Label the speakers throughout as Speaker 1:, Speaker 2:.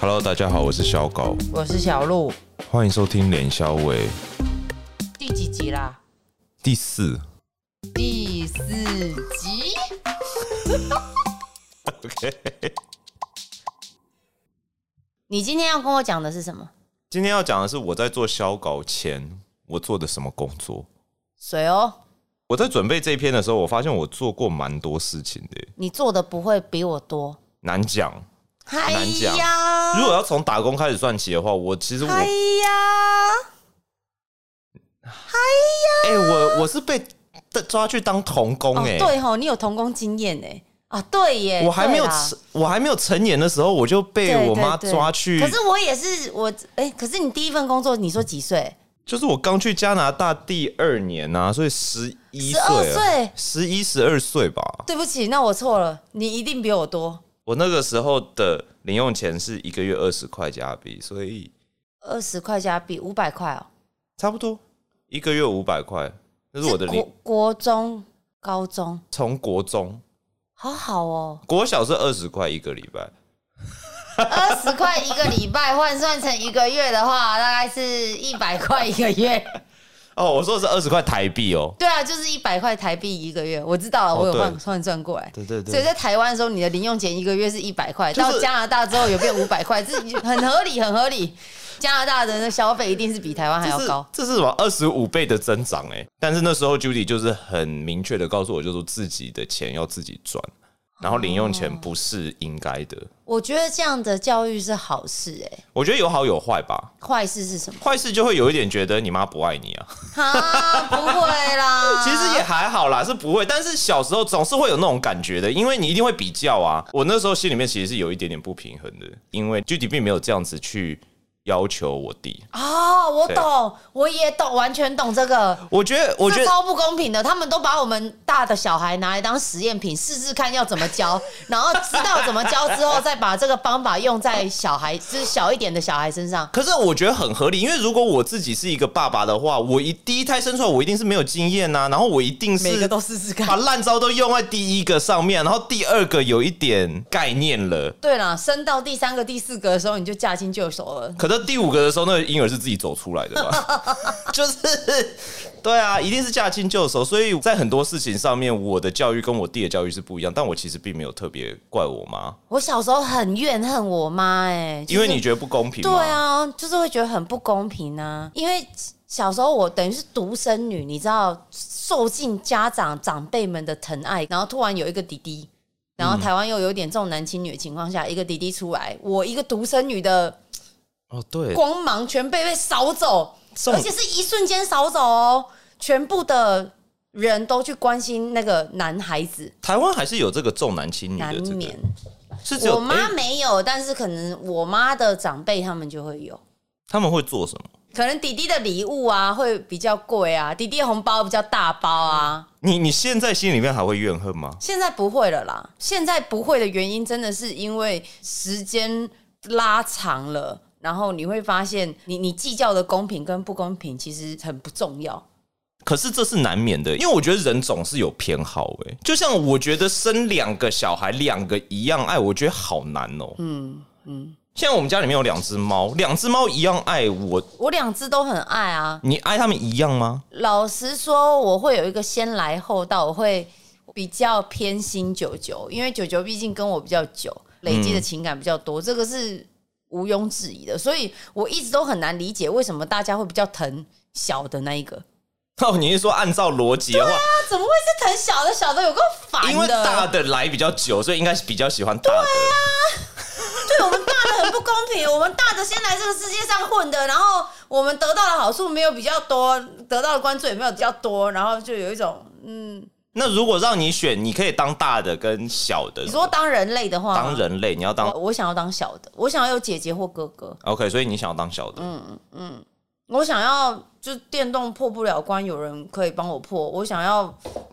Speaker 1: Hello，大家好，我是小高，
Speaker 2: 我是小鹿，
Speaker 1: 欢迎收听连销位
Speaker 2: 第几集啦？
Speaker 1: 第四。
Speaker 2: 第四集。
Speaker 1: OK，
Speaker 2: 你今天要跟我讲的是什么？
Speaker 1: 今天要讲的是我在做销稿前我做的什么工作。
Speaker 2: 水哦，
Speaker 1: 我在准备这一篇的时候，我发现我做过蛮多事情的，
Speaker 2: 你做的不会比我多。
Speaker 1: 难讲。
Speaker 2: 哎
Speaker 1: 难讲
Speaker 2: 呀，
Speaker 1: 如果要从打工开始算起的话，我其实我
Speaker 2: 哎呀，
Speaker 1: 哎、我我是被抓去当童工
Speaker 2: 哦
Speaker 1: 哎、
Speaker 2: 对吼，你有童工经验呢。啊，对耶，
Speaker 1: 我还没有
Speaker 2: 对啦
Speaker 1: 成，我还没有成年的时候，我就被
Speaker 2: 对
Speaker 1: 我妈
Speaker 2: 对对
Speaker 1: 抓去。
Speaker 2: 可是我也是我哎、可是你第一份工作你说几岁？
Speaker 1: 就是我刚去加拿大第二年啊，所以十一
Speaker 2: 12岁
Speaker 1: 岁，十一十二岁吧。
Speaker 2: 对不起，那我错了，你一定比我多
Speaker 1: 我那个时候的零用钱是一个月二十块加币，所以
Speaker 2: 二十块加币五百块哦。
Speaker 1: 差不多一个月五百块。那是我的
Speaker 2: 国
Speaker 1: 零，
Speaker 2: 国中、高中，
Speaker 1: 从国中
Speaker 2: 好好哦，
Speaker 1: 国小是二十块一个礼拜，
Speaker 2: 二十块一个礼拜换算成一个月的话， 大概是一百块一个月。
Speaker 1: 哦，我说的是二十块台币哦。
Speaker 2: 对啊，就是一百块台币一个月。我知道了，啊
Speaker 1: 哦
Speaker 2: 我有换
Speaker 1: 对
Speaker 2: 换算过来。哎
Speaker 1: 对对对
Speaker 2: 所以在台湾的时候，你的零用钱一个月是一百块，
Speaker 1: 就是
Speaker 2: 到加拿大之后有变五百块，这 很合理，很合理。加拿大人的消费一定是比台湾还
Speaker 1: 这
Speaker 2: 要
Speaker 1: 是
Speaker 2: 高。
Speaker 1: 这是什么二十五倍的增长哎、但是那时候 Judy 就是很明确的告诉我，就是说自己的钱要自己赚，然后零用
Speaker 2: 哦
Speaker 1: 钱不是应该的。
Speaker 2: 我觉得这样的教育是好事、欸，哎，
Speaker 1: 我觉得有好有坏吧，
Speaker 2: 坏事是什么？
Speaker 1: 坏事就会有一点觉得你妈不爱你啊。
Speaker 2: 啊，不会啦，
Speaker 1: 其实也还好啦，是不会，但是小时候总是会有那种感觉的，因为你一定会比较啊。我那时候心里面其实是有一点点不平衡的，因为 Judy 并没有这样子去要求我弟。
Speaker 2: 哦，我
Speaker 1: 对
Speaker 2: 懂，我也懂，完全懂这个。
Speaker 1: 我觉得，我觉
Speaker 2: 这
Speaker 1: 得
Speaker 2: 超不公平的，他们都把我们大的小孩拿来当实验品，试试看要怎么 教，然后知道怎么教之后，再把这个方法用在小孩，就是小一点的小孩身上。
Speaker 1: 可是我觉得很合理，因为如果我自己是一个爸爸的话，我一第一胎生出来，我一定是没有经验呐、啊然后我一定是
Speaker 2: 试试
Speaker 1: 把。烂招都用在第一个上面，然后第二个有一点概念了。
Speaker 2: 对啦，升到第三个、第四个的时候，你就驾轻就熟了。
Speaker 1: 可是第五个的时候，那个婴儿是自己走出来的吧？ 就是，对啊，一定是驾轻就熟。所以在很多事情上面，我的教育跟我弟的教育是不一样，但我其实并没有特别怪我妈，
Speaker 2: 我小时候很怨恨我妈、哎，就是
Speaker 1: 因为你觉得不公平
Speaker 2: 对
Speaker 1: 嘛。
Speaker 2: 啊，就是会觉得很不公平啊。因为小时候我等于是独生女，你知道，受尽家长长辈们的疼爱，然后突然有一个弟弟，然
Speaker 1: 嗯
Speaker 2: 后台湾又有点重男轻女的情况下，一个弟弟出来，我一个独生女的
Speaker 1: 哦，对，
Speaker 2: 光芒全被被扫走，
Speaker 1: 送
Speaker 2: 而且是一瞬间扫走哦，全部的人都去关心那个男孩子，
Speaker 1: 台湾还是有这个重男轻女
Speaker 2: 难
Speaker 1: 的这个
Speaker 2: 免。。
Speaker 1: 是只有
Speaker 2: 我妈
Speaker 1: 诶
Speaker 2: 没有，但是可能我妈的长辈他们就会有。
Speaker 1: 他们会做什么？
Speaker 2: 可能弟弟的礼物啊会比较贵啊，弟弟的红包比较大包啊。
Speaker 1: 你你现在心里面还会怨恨吗？
Speaker 2: 现在不会了啦，现在不会的原因真的是因为时间拉长了，然后你会发现你你计较的公平跟不公平其实很不重要。
Speaker 1: 可是这是难免的，因为我觉得人总是有偏好诶、就像我觉得生两个小孩，两个一样爱，我觉得好难哦、嗯嗯，像我们家里面有两只猫，两只猫一样爱我，
Speaker 2: 我两只都很爱啊，
Speaker 1: 你爱它们一样吗？
Speaker 2: 老实说，我会有一个先来后到，我会比较偏心九九，因为九九毕竟跟我比较久，累积的情感比较多，这个是毋庸置疑的。所以我一直都很难理解为什么大家会比较疼小的那一个。
Speaker 1: 哦，你是说按照逻辑的话，
Speaker 2: 那啊怎么会是疼小的？小的有够烦的，
Speaker 1: 因为大的来比较久，所以应该是比较喜欢大的。
Speaker 2: 对我们大的很不公平。我们大的先来这个世界上混的，然后我们得到的好处没有比较多，得到的关注也没有比较多，然后就有一种嗯，
Speaker 1: 那如果让你选，你可以当大的跟小的，
Speaker 2: 你说当人类的话，
Speaker 1: 当人类，你要当
Speaker 2: 我我想要当小的，我想要有姐姐或哥哥，
Speaker 1: OK，所以你想要当小的，
Speaker 2: 嗯我想要就电动破不了关，有人可以帮我破，我想要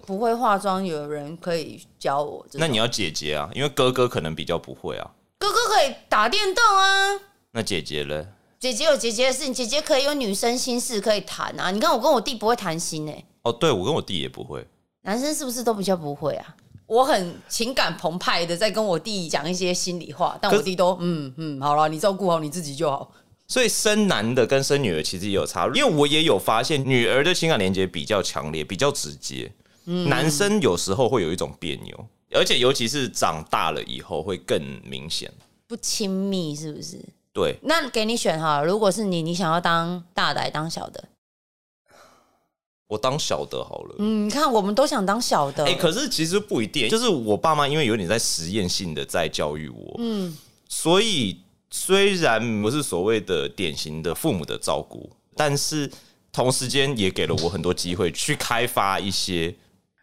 Speaker 2: 不会化妆，有人可以教我。这种
Speaker 1: 那你要姐姐啊，因为哥哥可能比较不会啊。
Speaker 2: 哥哥可以打电动啊，
Speaker 1: 那姐姐嘞？
Speaker 2: 姐姐有姐姐的事情，姐姐可以有女生心事可以谈啊。你看我跟我弟不会谈心哎、
Speaker 1: 哦，对，我跟我弟也不会。
Speaker 2: 男生是不是都比较不会啊？我很情感澎湃的在跟我弟讲一些心里话，但
Speaker 1: 可
Speaker 2: 我
Speaker 1: 是
Speaker 2: 弟都嗯嗯，好了，你照顾好你自己就好。
Speaker 1: 所以生男的跟生女儿其实也有差，因为我也有发现女儿的情感连接比较强烈，比较直接，男生有时候会有一种别扭，而且尤其是长大了以后会更明显。
Speaker 2: 不亲密是不是？
Speaker 1: 对，
Speaker 2: 那给你选哈，如果是你，你想要当大的还当小的？
Speaker 1: 我当小的好了。
Speaker 2: 嗯，你看我们都想当小的，
Speaker 1: 哎、可是其实不一定，就是我爸妈因为有点在实验性的在教育我，
Speaker 2: 嗯，
Speaker 1: 所以虽然不是所谓的典型的父母的照顾，但是同时间也给了我很多机会去开发一些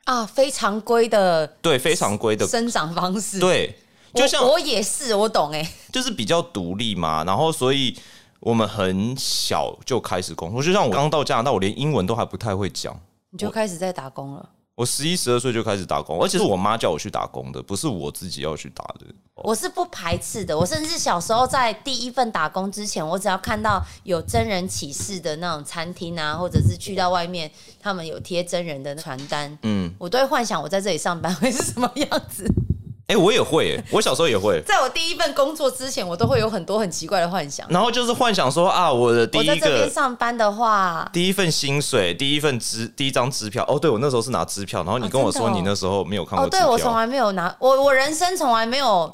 Speaker 2: 啊，非常规的
Speaker 1: 对非常规的
Speaker 2: 生长方式。，
Speaker 1: 对，就像
Speaker 2: 我我也是，我懂哎、
Speaker 1: 就是比较独立嘛，然后所以我们很小就开始工作，就像我刚到加拿大，我连英文都还不太会讲。
Speaker 2: 你就开始在打工了。
Speaker 1: 我十一、十二岁就开始打工，而且是我妈叫我去打工的，不是我自己要去打的。
Speaker 2: 我是不排斥的，我甚至小时候在第一份打工之前，我只要看到有真人启事的那种餐厅啊，或者是去到外面，他们有贴真人的传单，
Speaker 1: 嗯，
Speaker 2: 我都会幻想我在这里上班会是什么样子。。
Speaker 1: 哎、我也会、欸，我小时候也会
Speaker 2: 在我第一份工作之前，我都会有很多很奇怪的幻想。
Speaker 1: 然后就是幻想说啊，我的第
Speaker 2: 我在
Speaker 1: 一
Speaker 2: 这边
Speaker 1: 个
Speaker 2: 上班的话，
Speaker 1: 第一份薪水，第一份支第一张支票。哦，对我那时候是拿支票，然后你跟我
Speaker 2: 哦
Speaker 1: 说
Speaker 2: 真的哦
Speaker 1: 你那时候没有看
Speaker 2: 哦，
Speaker 1: 过支
Speaker 2: 对
Speaker 1: 票，
Speaker 2: 我从来没有拿，我我人生从来没有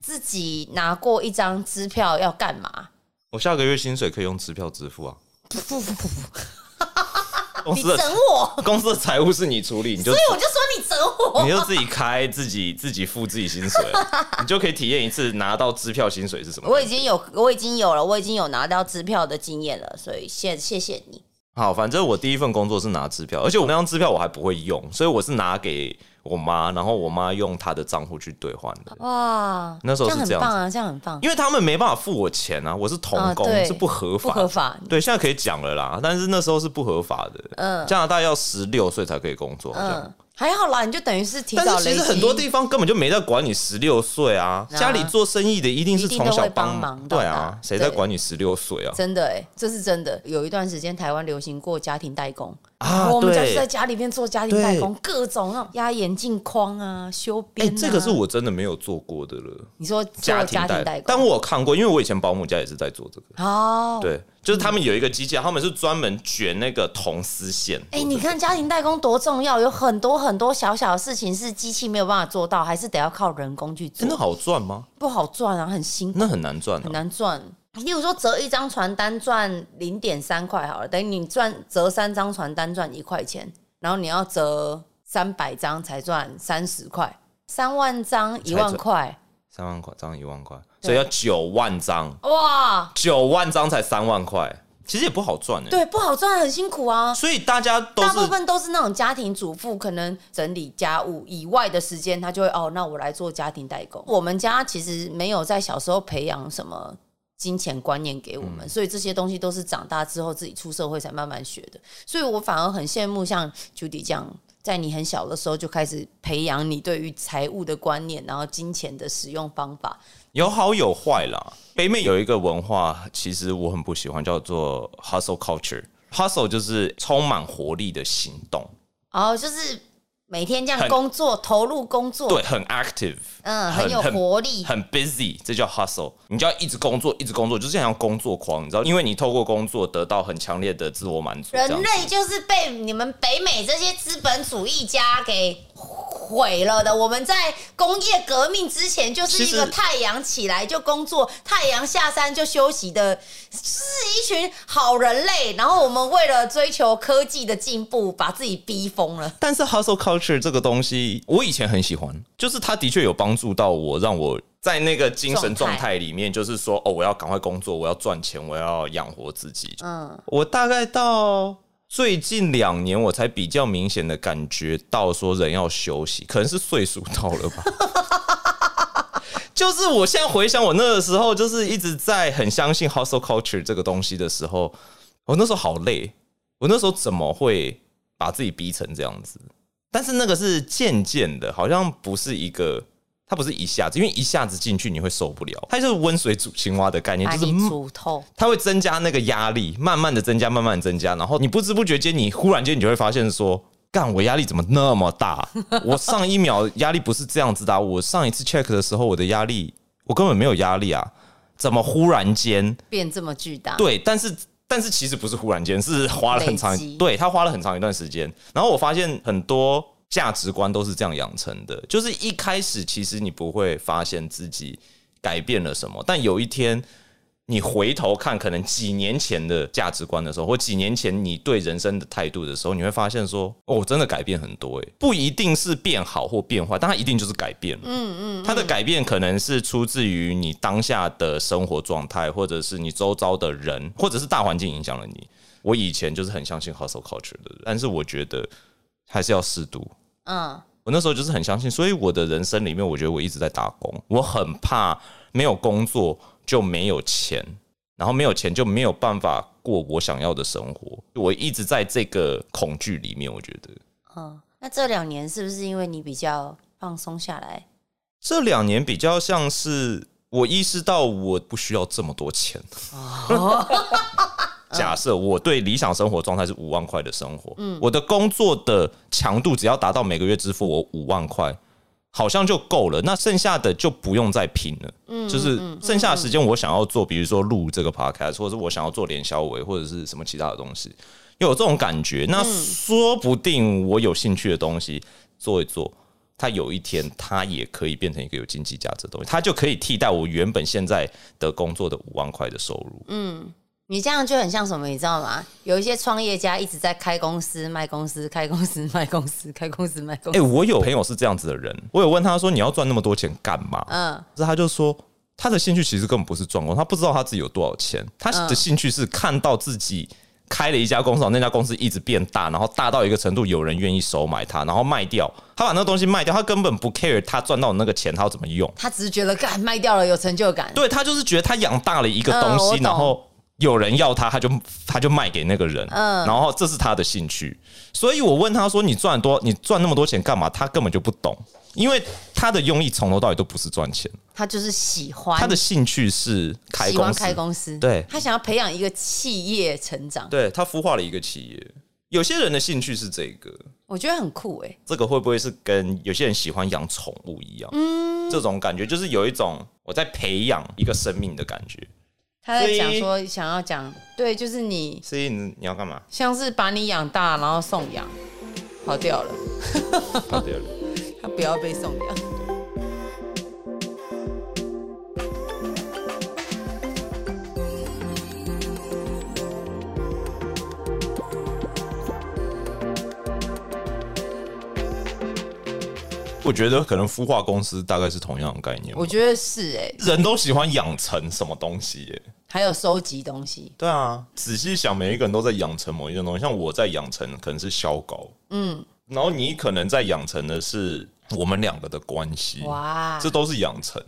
Speaker 2: 自己拿过一张支票要干 嘛？
Speaker 1: 我下个月薪水可以用支票支付啊。公
Speaker 2: 啊你
Speaker 1: 司
Speaker 2: 整
Speaker 1: 的
Speaker 2: 我，
Speaker 1: 公司的财务是你处理，你就
Speaker 2: 所以我就说你整我。
Speaker 1: 你就自己开，自己自己付自己薪 水，你就可以体验一次拿到支票薪水是什么。
Speaker 2: 我已经有，我已经有了，我已经有拿到支票的经验了，所以谢谢谢你。
Speaker 1: 好，反正我第一份工作是拿支票，而且我那张支票我还不会用，所以我是拿给我妈，然后我妈用她的账户去兑换
Speaker 2: 哦
Speaker 1: 的。
Speaker 2: 哇，
Speaker 1: 那时候
Speaker 2: 这
Speaker 1: 是
Speaker 2: 样
Speaker 1: 这样
Speaker 2: 很棒啊，这样很棒，
Speaker 1: 因为他们没办法付我钱啊，我是童工，
Speaker 2: 啊对
Speaker 1: 是不合
Speaker 2: 不
Speaker 1: 法。
Speaker 2: 合法。
Speaker 1: 对，现在可以讲了啦，但是那时候是不合法的。
Speaker 2: 嗯
Speaker 1: 加拿大要十六岁才可以工作，好像。
Speaker 2: 嗯，还好啦，你就等于是提
Speaker 1: 但
Speaker 2: 早
Speaker 1: 是
Speaker 2: 累
Speaker 1: 其
Speaker 2: 积，
Speaker 1: 实很多地方根本就没在管你十六岁啊，
Speaker 2: 啊
Speaker 1: 家里做生意的一定是从小
Speaker 2: 一定都会帮忙到
Speaker 1: 对
Speaker 2: 大
Speaker 1: 啊，谁在
Speaker 2: 对
Speaker 1: 管你十六岁啊？
Speaker 2: 真的哎、这是真的。有一段时间台湾流行过家庭代工
Speaker 1: 啊
Speaker 2: 我们家
Speaker 1: 对
Speaker 2: 就在家里面做家庭代工，各种那种压眼镜框啊、修
Speaker 1: 哎、
Speaker 2: 边、啊
Speaker 1: 这个是我真的没有做过的了，
Speaker 2: 你说做
Speaker 1: 庭
Speaker 2: 家庭代
Speaker 1: 代
Speaker 2: 工，
Speaker 1: 但我有看过，因为我以前保姆家也是在做这个。
Speaker 2: 哦，。
Speaker 1: 对，就是他们有一个机器，他们是专门卷那个铜丝线。
Speaker 2: 哎、你看家庭代工多重要，有很多很多小小的事情是机器没有办法做到，还是得要靠人工去做
Speaker 1: 真，的好赚吗？
Speaker 2: 不好赚啊，很辛苦，
Speaker 1: 那很难赚
Speaker 2: 很
Speaker 1: 啊。
Speaker 2: 难赚。例如说折一张传单赚零点三块好了，等于你赚折三张传单赚一块钱，然后你要折三百张才赚三十块，三万张一万块，
Speaker 1: 三万块张一万块，所以要九万张，
Speaker 2: 哇，
Speaker 1: 九万张才三万块，其实也不好赚哎、
Speaker 2: 对，不好赚，很辛苦啊。
Speaker 1: 所以大家都
Speaker 2: 大部
Speaker 1: 是
Speaker 2: 分都是那种家庭主妇，可能整理家务以外的时间，她就会哦，那我来做家庭代工。我们家其实没有在小时候培养什么金钱观念给我们，
Speaker 1: 嗯
Speaker 2: 所以这些东西都是长大之后自己出社会才慢慢学的。所以我反而很羡慕像 Judy 这样。在你很小的时候就开始培养你对于财务的观念，然后金钱的使用方法。
Speaker 1: 有好有坏啦。北美有一个文化，其实我很不喜欢，叫做 hustle culture。hustle 就是充满活力的行动，
Speaker 2: 哦，就是每天这样
Speaker 1: 很
Speaker 2: 工作，投入工作，
Speaker 1: 对，很 active，
Speaker 2: 嗯，
Speaker 1: 很
Speaker 2: 很有
Speaker 1: 很
Speaker 2: 活力，
Speaker 1: 很 busy，这叫 hustle。你就要一直工作，一直工作，就是像工作狂，你知道？因为你透过工作得到很强烈的自我满足，这
Speaker 2: 人
Speaker 1: 样
Speaker 2: 类就是被你们北美这些资本主义家给毁了的。我们在工业革命之前，就是一
Speaker 1: 其
Speaker 2: 个
Speaker 1: 实
Speaker 2: 太阳起来就工作，太阳下山就休息的，是一群好人类。然后我们为了追求科技的进步，把自己逼疯了。
Speaker 1: 但是 hustle culture 这个东西，我以前很喜欢，就是它的确有帮助到我，让我在那个精神状态里面，就是说，哦，我要赶快工作，我要赚钱，我要养活自己。
Speaker 2: 嗯，
Speaker 1: 我大概到最近两年，我才比较明显的感觉到说人要休息，可能是岁数到了吧。 就是我现在回想我那个时候，就是一直在很相信 hustle culture 这个东西的时候，我哦那时候好累，我那时候怎么会把自己逼成这样子？但是那个是渐渐的，好像不是一个，它不是一下子，因为一下子进去你会受不了，它就是温水煮青蛙的概念，
Speaker 2: 把
Speaker 1: 就是嗯
Speaker 2: 你煮透。
Speaker 1: 它会增加那个压力，慢慢的增加，慢慢地增加，然后你不知不觉间，你忽然间你就会发现说，干，我压力怎么那么大？我上一秒压力不是这样子的啊、我上一次 check 的时候，我的压力我根本没有压力啊，怎么忽然间？
Speaker 2: 变这么巨大，
Speaker 1: 对，但是但是其实不是忽然间，是花了很长
Speaker 2: 累积，
Speaker 1: 对他花了很长一段时间。然后我发现很多价值观都是这样养成的，就是一开始其实你不会发现自己改变了什么，但有一天。你回头看，可能几年前的价值观的时候，或几年前你对人生的态度的时候，你会发现说，哦，我真的改变很多、欸，不一定是变好或变坏，但它一定就是改变了。它的改变可能是出自于你当下的生活状态，或者是你周遭的人，或者是大环境影响了你。我以前就是很相信 hustle culture 的人，但是我觉得还是要适度。
Speaker 2: 嗯，
Speaker 1: 我那时候就是很相信，所以我的人生里面，我觉得我一直在打工，我很怕没有工作就没有钱，然后没有钱就没有办法过我想要的生活。我一直在这个恐惧里面，我觉得。
Speaker 2: 嗯，那这两年是不是因为你比较放松下来？
Speaker 1: 这两年比较像是我意识到我不需要这么多钱。 假设我对理想生活状态是五万块的生活，我的工作的强度只要达到每个月支付我五万块，好像就够了。那剩下的就不用再拼了。就是剩下的时间，我想要做，比如说录这个 podcast，或者是我想要做联销委，或者是什么其他的东西，有这种感觉。那说不定我有兴趣的东西做一做，它有一天它也可以变成一个有经济价值的东西，它就可以替代我原本现在的工作的五万块的收入。
Speaker 2: 你这样就很像什么，你知道吗？有一些创业家一直在开公司、卖公司、开公司、卖公司、开公司、卖公
Speaker 1: 哎、
Speaker 2: 司。
Speaker 1: 我有朋友是这样子的人，我有问他说你要赚那么多钱干嘛？
Speaker 2: 嗯，
Speaker 1: 可是他就说。他的兴趣其实根本不是赚工，他不知道他自己有多少钱，他的兴趣是看到自己开了一家公司，然后那家公司一直变大，然后大到一个程度，有人愿意收买他，然后卖掉，他把那个东西卖掉，他根本不 care 他赚到的那个钱他要怎么用，
Speaker 2: 他只是觉得干卖掉了有成就感。
Speaker 1: 对他就是觉得他养大了一个东
Speaker 2: 嗯我
Speaker 1: 西，
Speaker 2: 懂
Speaker 1: 然后有人要他，他就他就卖给那个人，
Speaker 2: 嗯
Speaker 1: 然后这是他的兴趣。所以我问他说：“你赚多，你赚那么多钱干嘛？”他根本就不懂，因为他的用意从头到尾都不是赚钱，
Speaker 2: 他就是喜欢，
Speaker 1: 他的兴趣是开
Speaker 2: 啊喜
Speaker 1: 公
Speaker 2: 欢
Speaker 1: 司，
Speaker 2: 开公司，
Speaker 1: 对
Speaker 2: 他想要培养一个企业成长，
Speaker 1: 对他孵化了一个企业。有些人的兴趣是这个，
Speaker 2: 我觉得很酷哎、
Speaker 1: 这个会不会是跟有些人喜欢养宠物一样？
Speaker 2: 嗯
Speaker 1: 这种感觉就是有一种我在培养一个生命的感觉。
Speaker 2: 他在讲
Speaker 1: 所以
Speaker 2: 说想要讲，对，就是你
Speaker 1: 所以你你要干 嘛？
Speaker 2: 像是把你养大，然后送养，跑掉了，
Speaker 1: 好对了
Speaker 2: 他不要被送养。
Speaker 1: 我觉得可能孵化公司大概是同样的概念吧。
Speaker 2: 我觉得是哎、
Speaker 1: 人都喜欢养成什么东西耶？
Speaker 2: 还有收集东西，
Speaker 1: 对啊，仔细想，每一个人都在养成某一种东西。像我在养成可能是肖狗，嗯，然后你可能在养成的是我们两个的关系，
Speaker 2: 哇
Speaker 1: 这，都是养成。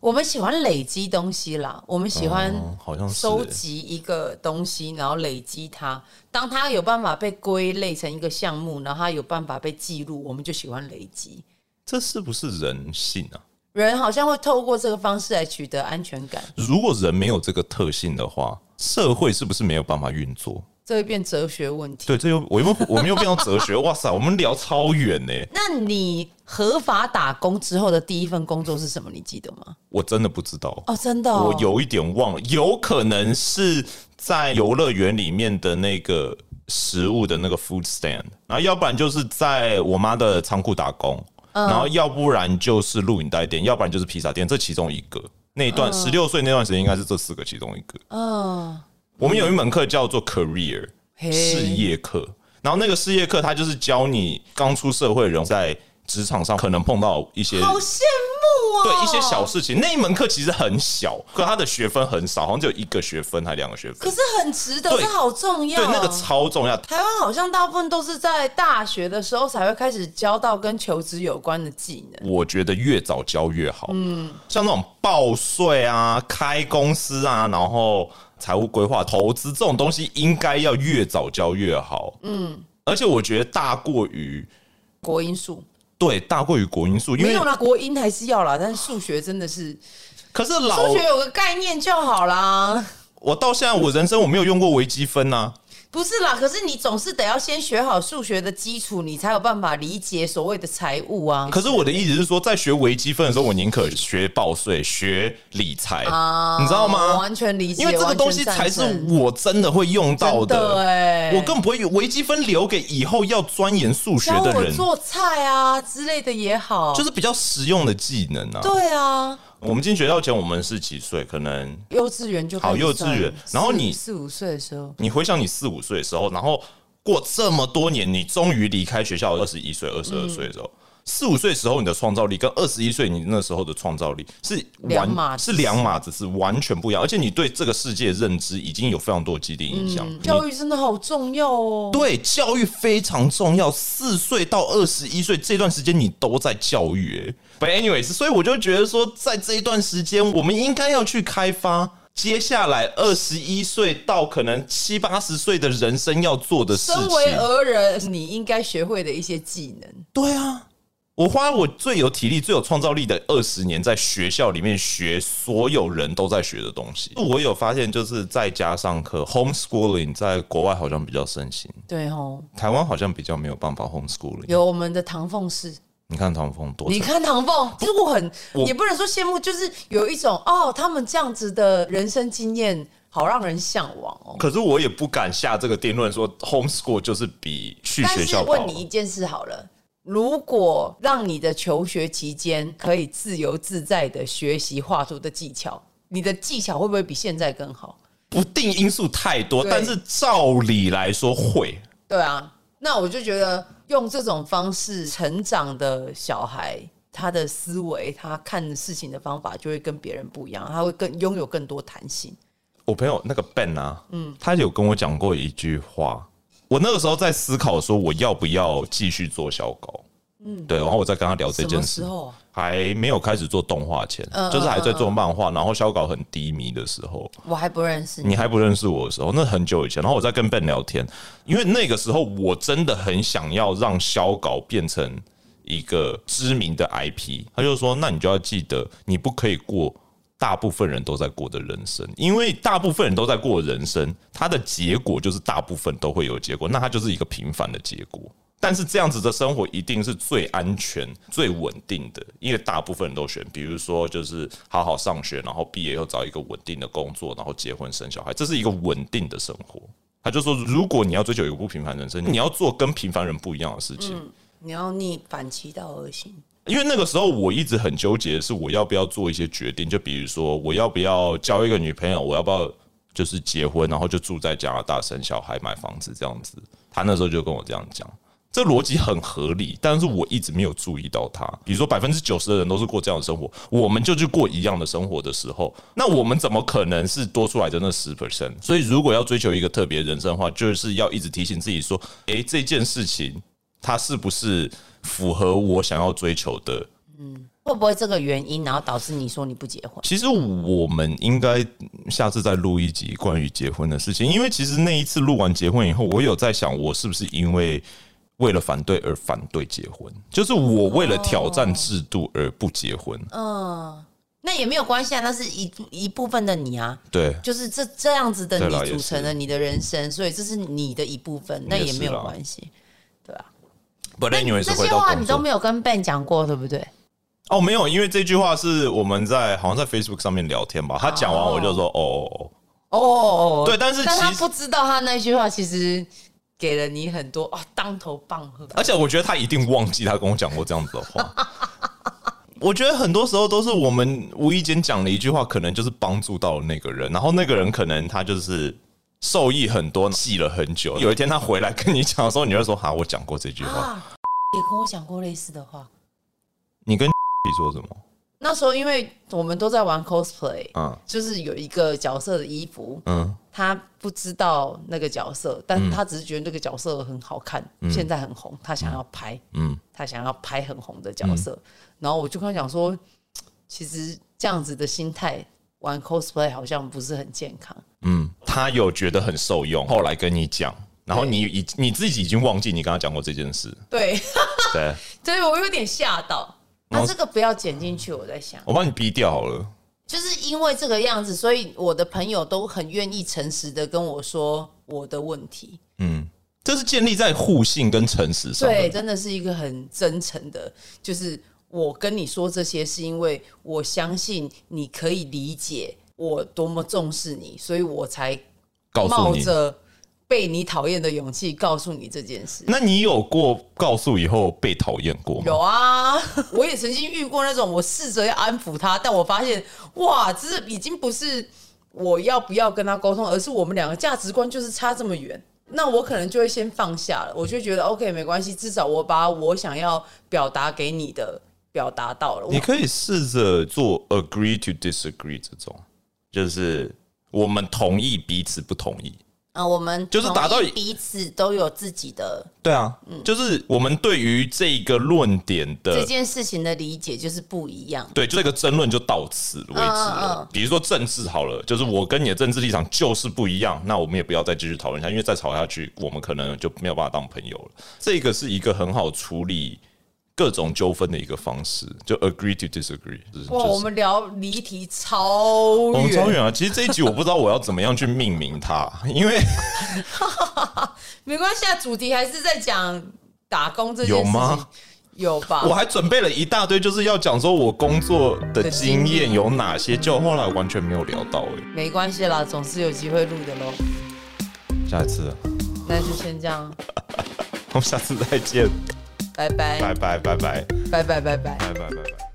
Speaker 2: 我们喜欢累积东西啦，我们喜欢、
Speaker 1: 嗯，好像是
Speaker 2: 收
Speaker 1: 耶。
Speaker 2: 集一个东西，然后累积它。当它有办法被归类成一个项目，然后它有办法被记录，我们就喜欢累积。
Speaker 1: 这是不是人性啊？
Speaker 2: 人好像会透过这个方式来取得安全感，
Speaker 1: 如果人没有这个特性的话，社会是不是没有办法运作？
Speaker 2: 这会变哲学问题。
Speaker 1: 对，这又我又我们又变到哲学， 哇塞，我们聊超远呢、
Speaker 2: 那你合法打工之后的第一份工作是什么？你记得吗？
Speaker 1: 我真的不知道
Speaker 2: 哦，真的、哦，
Speaker 1: 我有一点忘了，有可能是在游乐园里面的那个食物的那个 food stand，然后要不然就是在我妈的仓库打工，
Speaker 2: 嗯
Speaker 1: 然后要不然就是录影带店，要不然就是披萨店，这其中一个。那一段十六岁那段时间应该是这四个其中一个。
Speaker 2: 嗯，
Speaker 1: 我们有一门课叫做 career
Speaker 2: 嘿
Speaker 1: 事业课，然后那个事业课它就是教你刚出社会的人在职场上可能碰到一些
Speaker 2: 好羡慕哦。
Speaker 1: 对一些小，事情，那一门课其实很小，可它的学分很少，好像只有一个学分还两个学
Speaker 2: 可
Speaker 1: 分。
Speaker 2: 是很值得，
Speaker 1: 对
Speaker 2: 这好重要
Speaker 1: 对
Speaker 2: 哦、，
Speaker 1: 那个超重要。
Speaker 2: 台湾好像大部分都是在大学的时候才会开始教到跟求职有关的技能。
Speaker 1: 我觉得越早教越好。嗯，像那种报税啊、开公司啊，然后财务规划、投资这种东西，应该要越早教越好。嗯，而且我觉得大过于
Speaker 2: 国音数
Speaker 1: 对大过于国因素，因
Speaker 2: 没
Speaker 1: 为
Speaker 2: 有啦，国音还是要啦，但是数学真的是
Speaker 1: 可是老
Speaker 2: 数学有个概念就好啦。
Speaker 1: 我到现在我人生我没有用过微积分呐、啊
Speaker 2: 不是啦，可是你总是得要先学好数学的基础，你才有办法理解所谓的财务啊。
Speaker 1: 可是我的意思是说，在学微积分的时候，我宁可学报税、学理财，
Speaker 2: 啊
Speaker 1: 你知道
Speaker 2: 我
Speaker 1: 吗？
Speaker 2: 完全理解，
Speaker 1: 因为这个东西才是我真的会用到
Speaker 2: 真的欸
Speaker 1: 我更不会微积分留给以后要钻研数学
Speaker 2: 教
Speaker 1: 的
Speaker 2: 我
Speaker 1: 人，
Speaker 2: 做菜啊之类的也好，
Speaker 1: 就是比较实用的技能啊。
Speaker 2: 对啊，
Speaker 1: 我们进学校前，我们是几岁？可能
Speaker 2: 幼稚园就
Speaker 1: 好
Speaker 2: 开始
Speaker 1: 幼
Speaker 2: 算
Speaker 1: 稚园然后
Speaker 2: 四
Speaker 1: 你
Speaker 2: 四五岁的时候，
Speaker 1: 你回想你四五岁的时候，然后过这么多年，你终于离开学校，二十一岁、二十二岁的时候，
Speaker 2: 嗯
Speaker 1: 四五岁时候你的创造力跟二十一岁你那时候的创造力是
Speaker 2: 两码
Speaker 1: 完
Speaker 2: 子
Speaker 1: 是两码子，是完全不一样。而且你对这个世界的认知已经有非常多的既定印象，你
Speaker 2: 教育真的好重要哦。
Speaker 1: 对教育非常重要。四岁到二十一岁这段时间，你都在教育、欸。But anyways，所以我就觉得说，在这一段时间，我们应该要去开发接下来二十一岁到可能七八十岁的人生要做的事
Speaker 2: 身为
Speaker 1: 情。
Speaker 2: 儿人，你应该学会的一些技能。
Speaker 1: 对啊。我花我最有体力、最有创造力的二十年，在学校里面学所有人都在学的东西。我有发现，就是在家上课 （homeschooling） 在国外好像比较盛行，
Speaker 2: 对哦，
Speaker 1: 台湾好像比较没有办法 homeschooling。
Speaker 2: 有我们的唐凤式，
Speaker 1: 你看唐风多
Speaker 2: 你
Speaker 1: 成，
Speaker 2: 看唐凤，其实我很
Speaker 1: 我
Speaker 2: 也不能说羡慕，就是有一种哦，他们这样子的人生经验，好让人向往哦。
Speaker 1: 可是我也不敢下这个定论说 homeschool 就是比去
Speaker 2: 但
Speaker 1: 学
Speaker 2: 是
Speaker 1: 校高
Speaker 2: 问你一件事好了，如果让你的求学期间可以自由自在的学习画图的技巧，你的技巧会不会比现在更好？
Speaker 1: 不定因素太多，
Speaker 2: 对
Speaker 1: 但是照理来说会。
Speaker 2: 对啊，那我就觉得用这种方式成长的小孩，他的思维、他看事情的方法就会跟别人不一样，他会更拥有更多弹性。
Speaker 1: 我朋友那个 Ben 啊，嗯，他有跟我讲过一句话，我那个时候在思考说我要不要继续做小狗，嗯，对，然后我在跟他聊这
Speaker 2: 什
Speaker 1: 件
Speaker 2: 么时
Speaker 1: 事，
Speaker 2: 候啊？
Speaker 1: 还没有开始做动画前，
Speaker 2: 嗯
Speaker 1: 就是还在
Speaker 2: 嗯
Speaker 1: 做漫画，然后小稿很低迷的时候，
Speaker 2: 我还不认识你。
Speaker 1: 你还不认识我的时候，那很久以前，然后我在跟 Ben 聊天，因为那个时候我真的很想要让肖稿变成一个知名的 IP，他就说，那你就要记得，你不可以过大部分人都在过的人生，因为大部分人都在过的人生，它的结果就是大部分都会有结果，那它就是一个平凡的结果。但是这样子的生活一定是最安全、最稳定的，因为大部分人都选，比如说就是好好上学，然后毕业后找一个稳定的工作，然后结婚生小孩，这是一个稳定的生活。他就说，如果你要追求一个不平凡人生，你要做跟平凡人不一样的事情。
Speaker 2: 你要逆反其道而行，
Speaker 1: 因为那个时候我一直很纠结，是我要不要做一些决定，就比如说我要不要交一个女朋友，我要不要就是结婚，然后就住在加拿大生小孩、买房子这样子。他那时候就跟我这样讲，这逻辑很合理，但是我一直没有注意到他。比如说百分之九十的人都是过这样的生活，我们就去过一样的生活的时候，那我们怎么可能是多出来的那十 percent？所以如果要追求一个特别人生的话，就是要一直提醒自己说，诶，这件事情它是不是符合我想要追求的？
Speaker 2: 会不会这个原因，然后导致你说你不结婚？
Speaker 1: 其实我们应该下次再录一集关于结婚的事情，因为其实那一次录完结婚以后，我有在想，我是不是因为为了反对而反对结婚，就是我为了挑战制度而不结婚。
Speaker 2: 嗯那也没有关系啊，那是一一部分的你啊，
Speaker 1: 对，
Speaker 2: 就是这这样子的
Speaker 1: 对啦
Speaker 2: 你组成
Speaker 1: 也是
Speaker 2: 了你的人生，所以这是你的一部分，那
Speaker 1: 也
Speaker 2: 也
Speaker 1: 是
Speaker 2: 没有
Speaker 1: 啦
Speaker 2: 关系，对啊。
Speaker 1: But anyway，是
Speaker 2: 这
Speaker 1: 回
Speaker 2: 些
Speaker 1: 到
Speaker 2: 话
Speaker 1: 工
Speaker 2: 你都
Speaker 1: 作
Speaker 2: 没有跟 Ben 讲过，对不对？
Speaker 1: 哦，没有，因为这句话是我们在好像在 Facebook 上面聊天吧，他讲完我就说哦哦哦，
Speaker 2: 哦哦，哦
Speaker 1: 对但是
Speaker 2: 但他
Speaker 1: 其实
Speaker 2: 不知道他那句话其实给了你很多啊、当头棒喝。
Speaker 1: 而且我觉得他一定忘记他跟我讲过这样子的话。 我觉得很多时候都是我们无意间讲了一句话，可能就是帮助到了那个人，然后那个人可能他就是受益很多，记了很久。有一天他回来跟你讲的时候，你就说：“哈，我讲过这句 话。
Speaker 2: 啊，也跟我讲过类似的话。”
Speaker 1: 你跟你说什么？
Speaker 2: 那时候因为我们都在玩 cosplay，
Speaker 1: 嗯
Speaker 2: 就是有一个角色的衣服，
Speaker 1: 嗯，
Speaker 2: 他不知道那个角色，但他只是觉得那个角色很好看，现在很红，他想要拍，
Speaker 1: 嗯
Speaker 2: 他想要拍很红的角色。然后我就跟他讲说，其实这样子的心态玩 cosplay 好像不是很健康。
Speaker 1: 嗯，他有觉得很受用，后来跟你讲，然后你已你自己已经忘记你跟他讲过这件事。
Speaker 2: 对，
Speaker 1: 对，
Speaker 2: 所以我有点吓到。啊
Speaker 1: 然
Speaker 2: 那
Speaker 1: 后
Speaker 2: 这个不要剪进去，我在想。
Speaker 1: 我帮你逼掉好了。
Speaker 2: 就是因为这个样子，所以我的朋友都很愿意诚实的跟我说我的问题。
Speaker 1: 嗯，这是建立在互信跟诚实上
Speaker 2: 对，
Speaker 1: 的。
Speaker 2: 真的是一个很真诚的，就是我跟你说这些，是因为我相信你可以理解我多么重视你，所以我才
Speaker 1: 告诉
Speaker 2: 冒
Speaker 1: 你，
Speaker 2: 着被你讨厌的勇气告诉你这件事。
Speaker 1: 那你有过告诉以后被讨厌过吗？
Speaker 2: 有啊，我也曾经遇过那种，我试着要安抚他，但我发现，哇，这是已经不是我要不要跟他沟通，而是我们两个价值观就是差这么远。那我可能就会先放下了，我就觉得 OK，没关系，至少我把我想要表达给你的表达到了。
Speaker 1: 你
Speaker 2: 我
Speaker 1: 可以试着做 agree to disagree 这种，就是我们同意彼此不同意。
Speaker 2: 啊，我们
Speaker 1: 就是达到
Speaker 2: 同意彼此都有自己的
Speaker 1: 对啊，
Speaker 2: 嗯
Speaker 1: 就是我们对于这个论点
Speaker 2: 这
Speaker 1: 的。
Speaker 2: 件事情的理解就是不一样。
Speaker 1: 对，就这个争论就到此为止了。
Speaker 2: 嗯嗯嗯
Speaker 1: 比如说政治好了，就是我跟你的政治立场就是不一样，那我们也不要再继续讨论下去，因为再吵下去，我们可能就没有办法当朋友了。这个是一个很好处理各种纠纷的一个方式，就 agree to disagree 就是。
Speaker 2: 哇，
Speaker 1: 就是
Speaker 2: 我们聊离题超
Speaker 1: 我们
Speaker 2: 远，
Speaker 1: 超远啊！其实这一集我不知道我要怎么样去命名它， 因为
Speaker 2: 没关系啊，主题还是在讲打工这件事
Speaker 1: 有
Speaker 2: 情，
Speaker 1: 吗？
Speaker 2: 有吧？
Speaker 1: 我还准备了一大堆，就是要讲说我工作的
Speaker 2: 的
Speaker 1: 经
Speaker 2: 经
Speaker 1: 验
Speaker 2: 验
Speaker 1: 有哪些，就后来完全没有聊到哎、
Speaker 2: 没关系啦，总是有机会录的喽。
Speaker 1: 下一次，
Speaker 2: 那就先这样，
Speaker 1: 我们下次再见，
Speaker 2: 拜拜，
Speaker 1: 拜拜拜拜
Speaker 2: 拜拜，拜拜。
Speaker 1: 拜拜拜拜。